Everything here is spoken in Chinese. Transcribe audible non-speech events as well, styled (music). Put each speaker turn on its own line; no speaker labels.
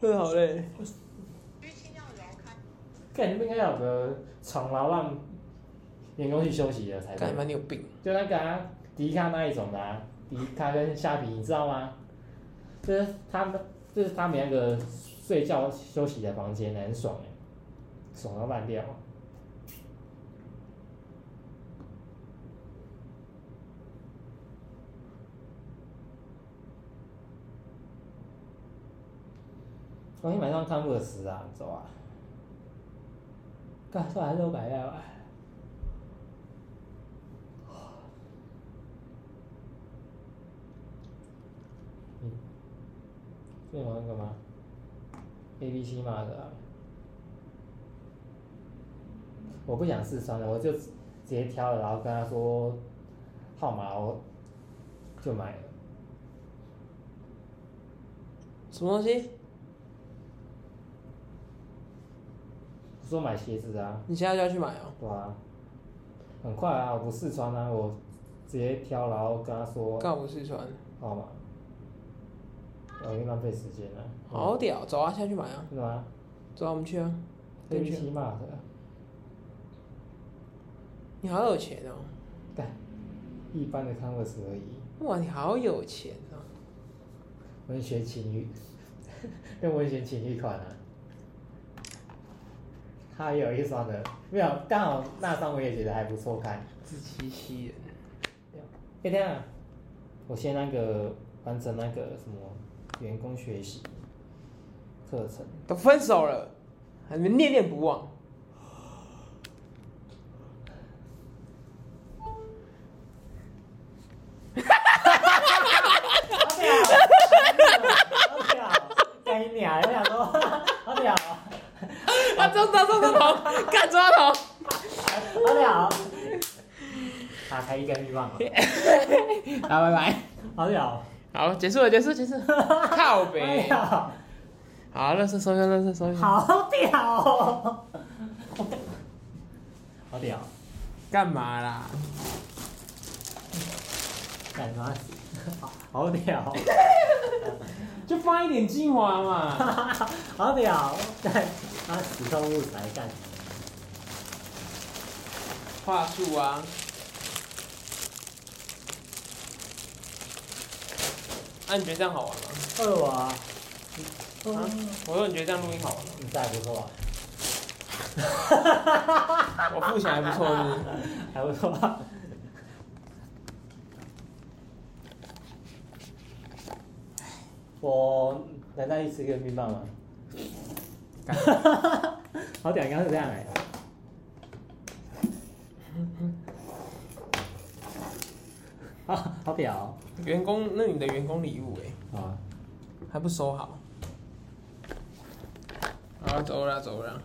真的好累。
须尽量摇开。
感觉不应该有个床，然后让员工去休息了才
干你妈
对。
你有病！
就那个啊，迪卡那一种的、啊，迪卡跟虾皮，你知道吗？就是他们，就是他们那个睡觉休息的房间，很爽哎、爽到烂掉。昨天晚上看过十啊，走啊！干，算还是六百要啊！嗯，最近玩那个吗？A B C 嘛的、啊，我不想试穿了，我就直接挑了，然后跟他说号码，我就买了。
什么东西？
我说买鞋子啊，
你现在就要去买哦、
对啊，很快啊，我不试穿啊，我直接挑，然后跟他说
干我试穿，
号码，然后又浪费时间了、啊。
好屌！走啊，现在去买啊！
真的吗
走啊，我们去啊！
？A
跟
B
你去。
C 嘛的啊，
你好有钱哦、
干，一般的 Converse 而已。
哇，你好有钱哦、
文学情欲，跟文学情欲款啊。他有一双的，没有，刚好那双我也觉得还不错看。
自欺欺人。
哎、这样，我先那个完成那个什么员工学习课程，
都分手了，还你们念念不忘。
好屌，好屌，干你娘！我想说，好屌，
啊，中中中中头，干抓头。
好屌，打开一根欲望，
好，拜拜。
好屌，
好，结束了，结束，结束。靠
哎
北。
呀，
好，乐色收下，乐色收下。
好屌哦，好屌。
干嘛啦？
干嘛？好屌，
就放一点精华嘛。
好屌！干他死动物才干，
话术啊。啊，你觉得这样好玩吗？
二娃，
啊
嗯，
我说你觉得这样录音好玩吗？
你再不错啊，
我付钱还不错，是不是
(laughs) 还不错啊。我能再去吃个冰棒吗？ (laughs) 好屌，刚刚是这样 (laughs) 哎、好好屌哦、
员工，那你的员工礼物哎、
好啊！
还不收好。好，走了啦走了啦。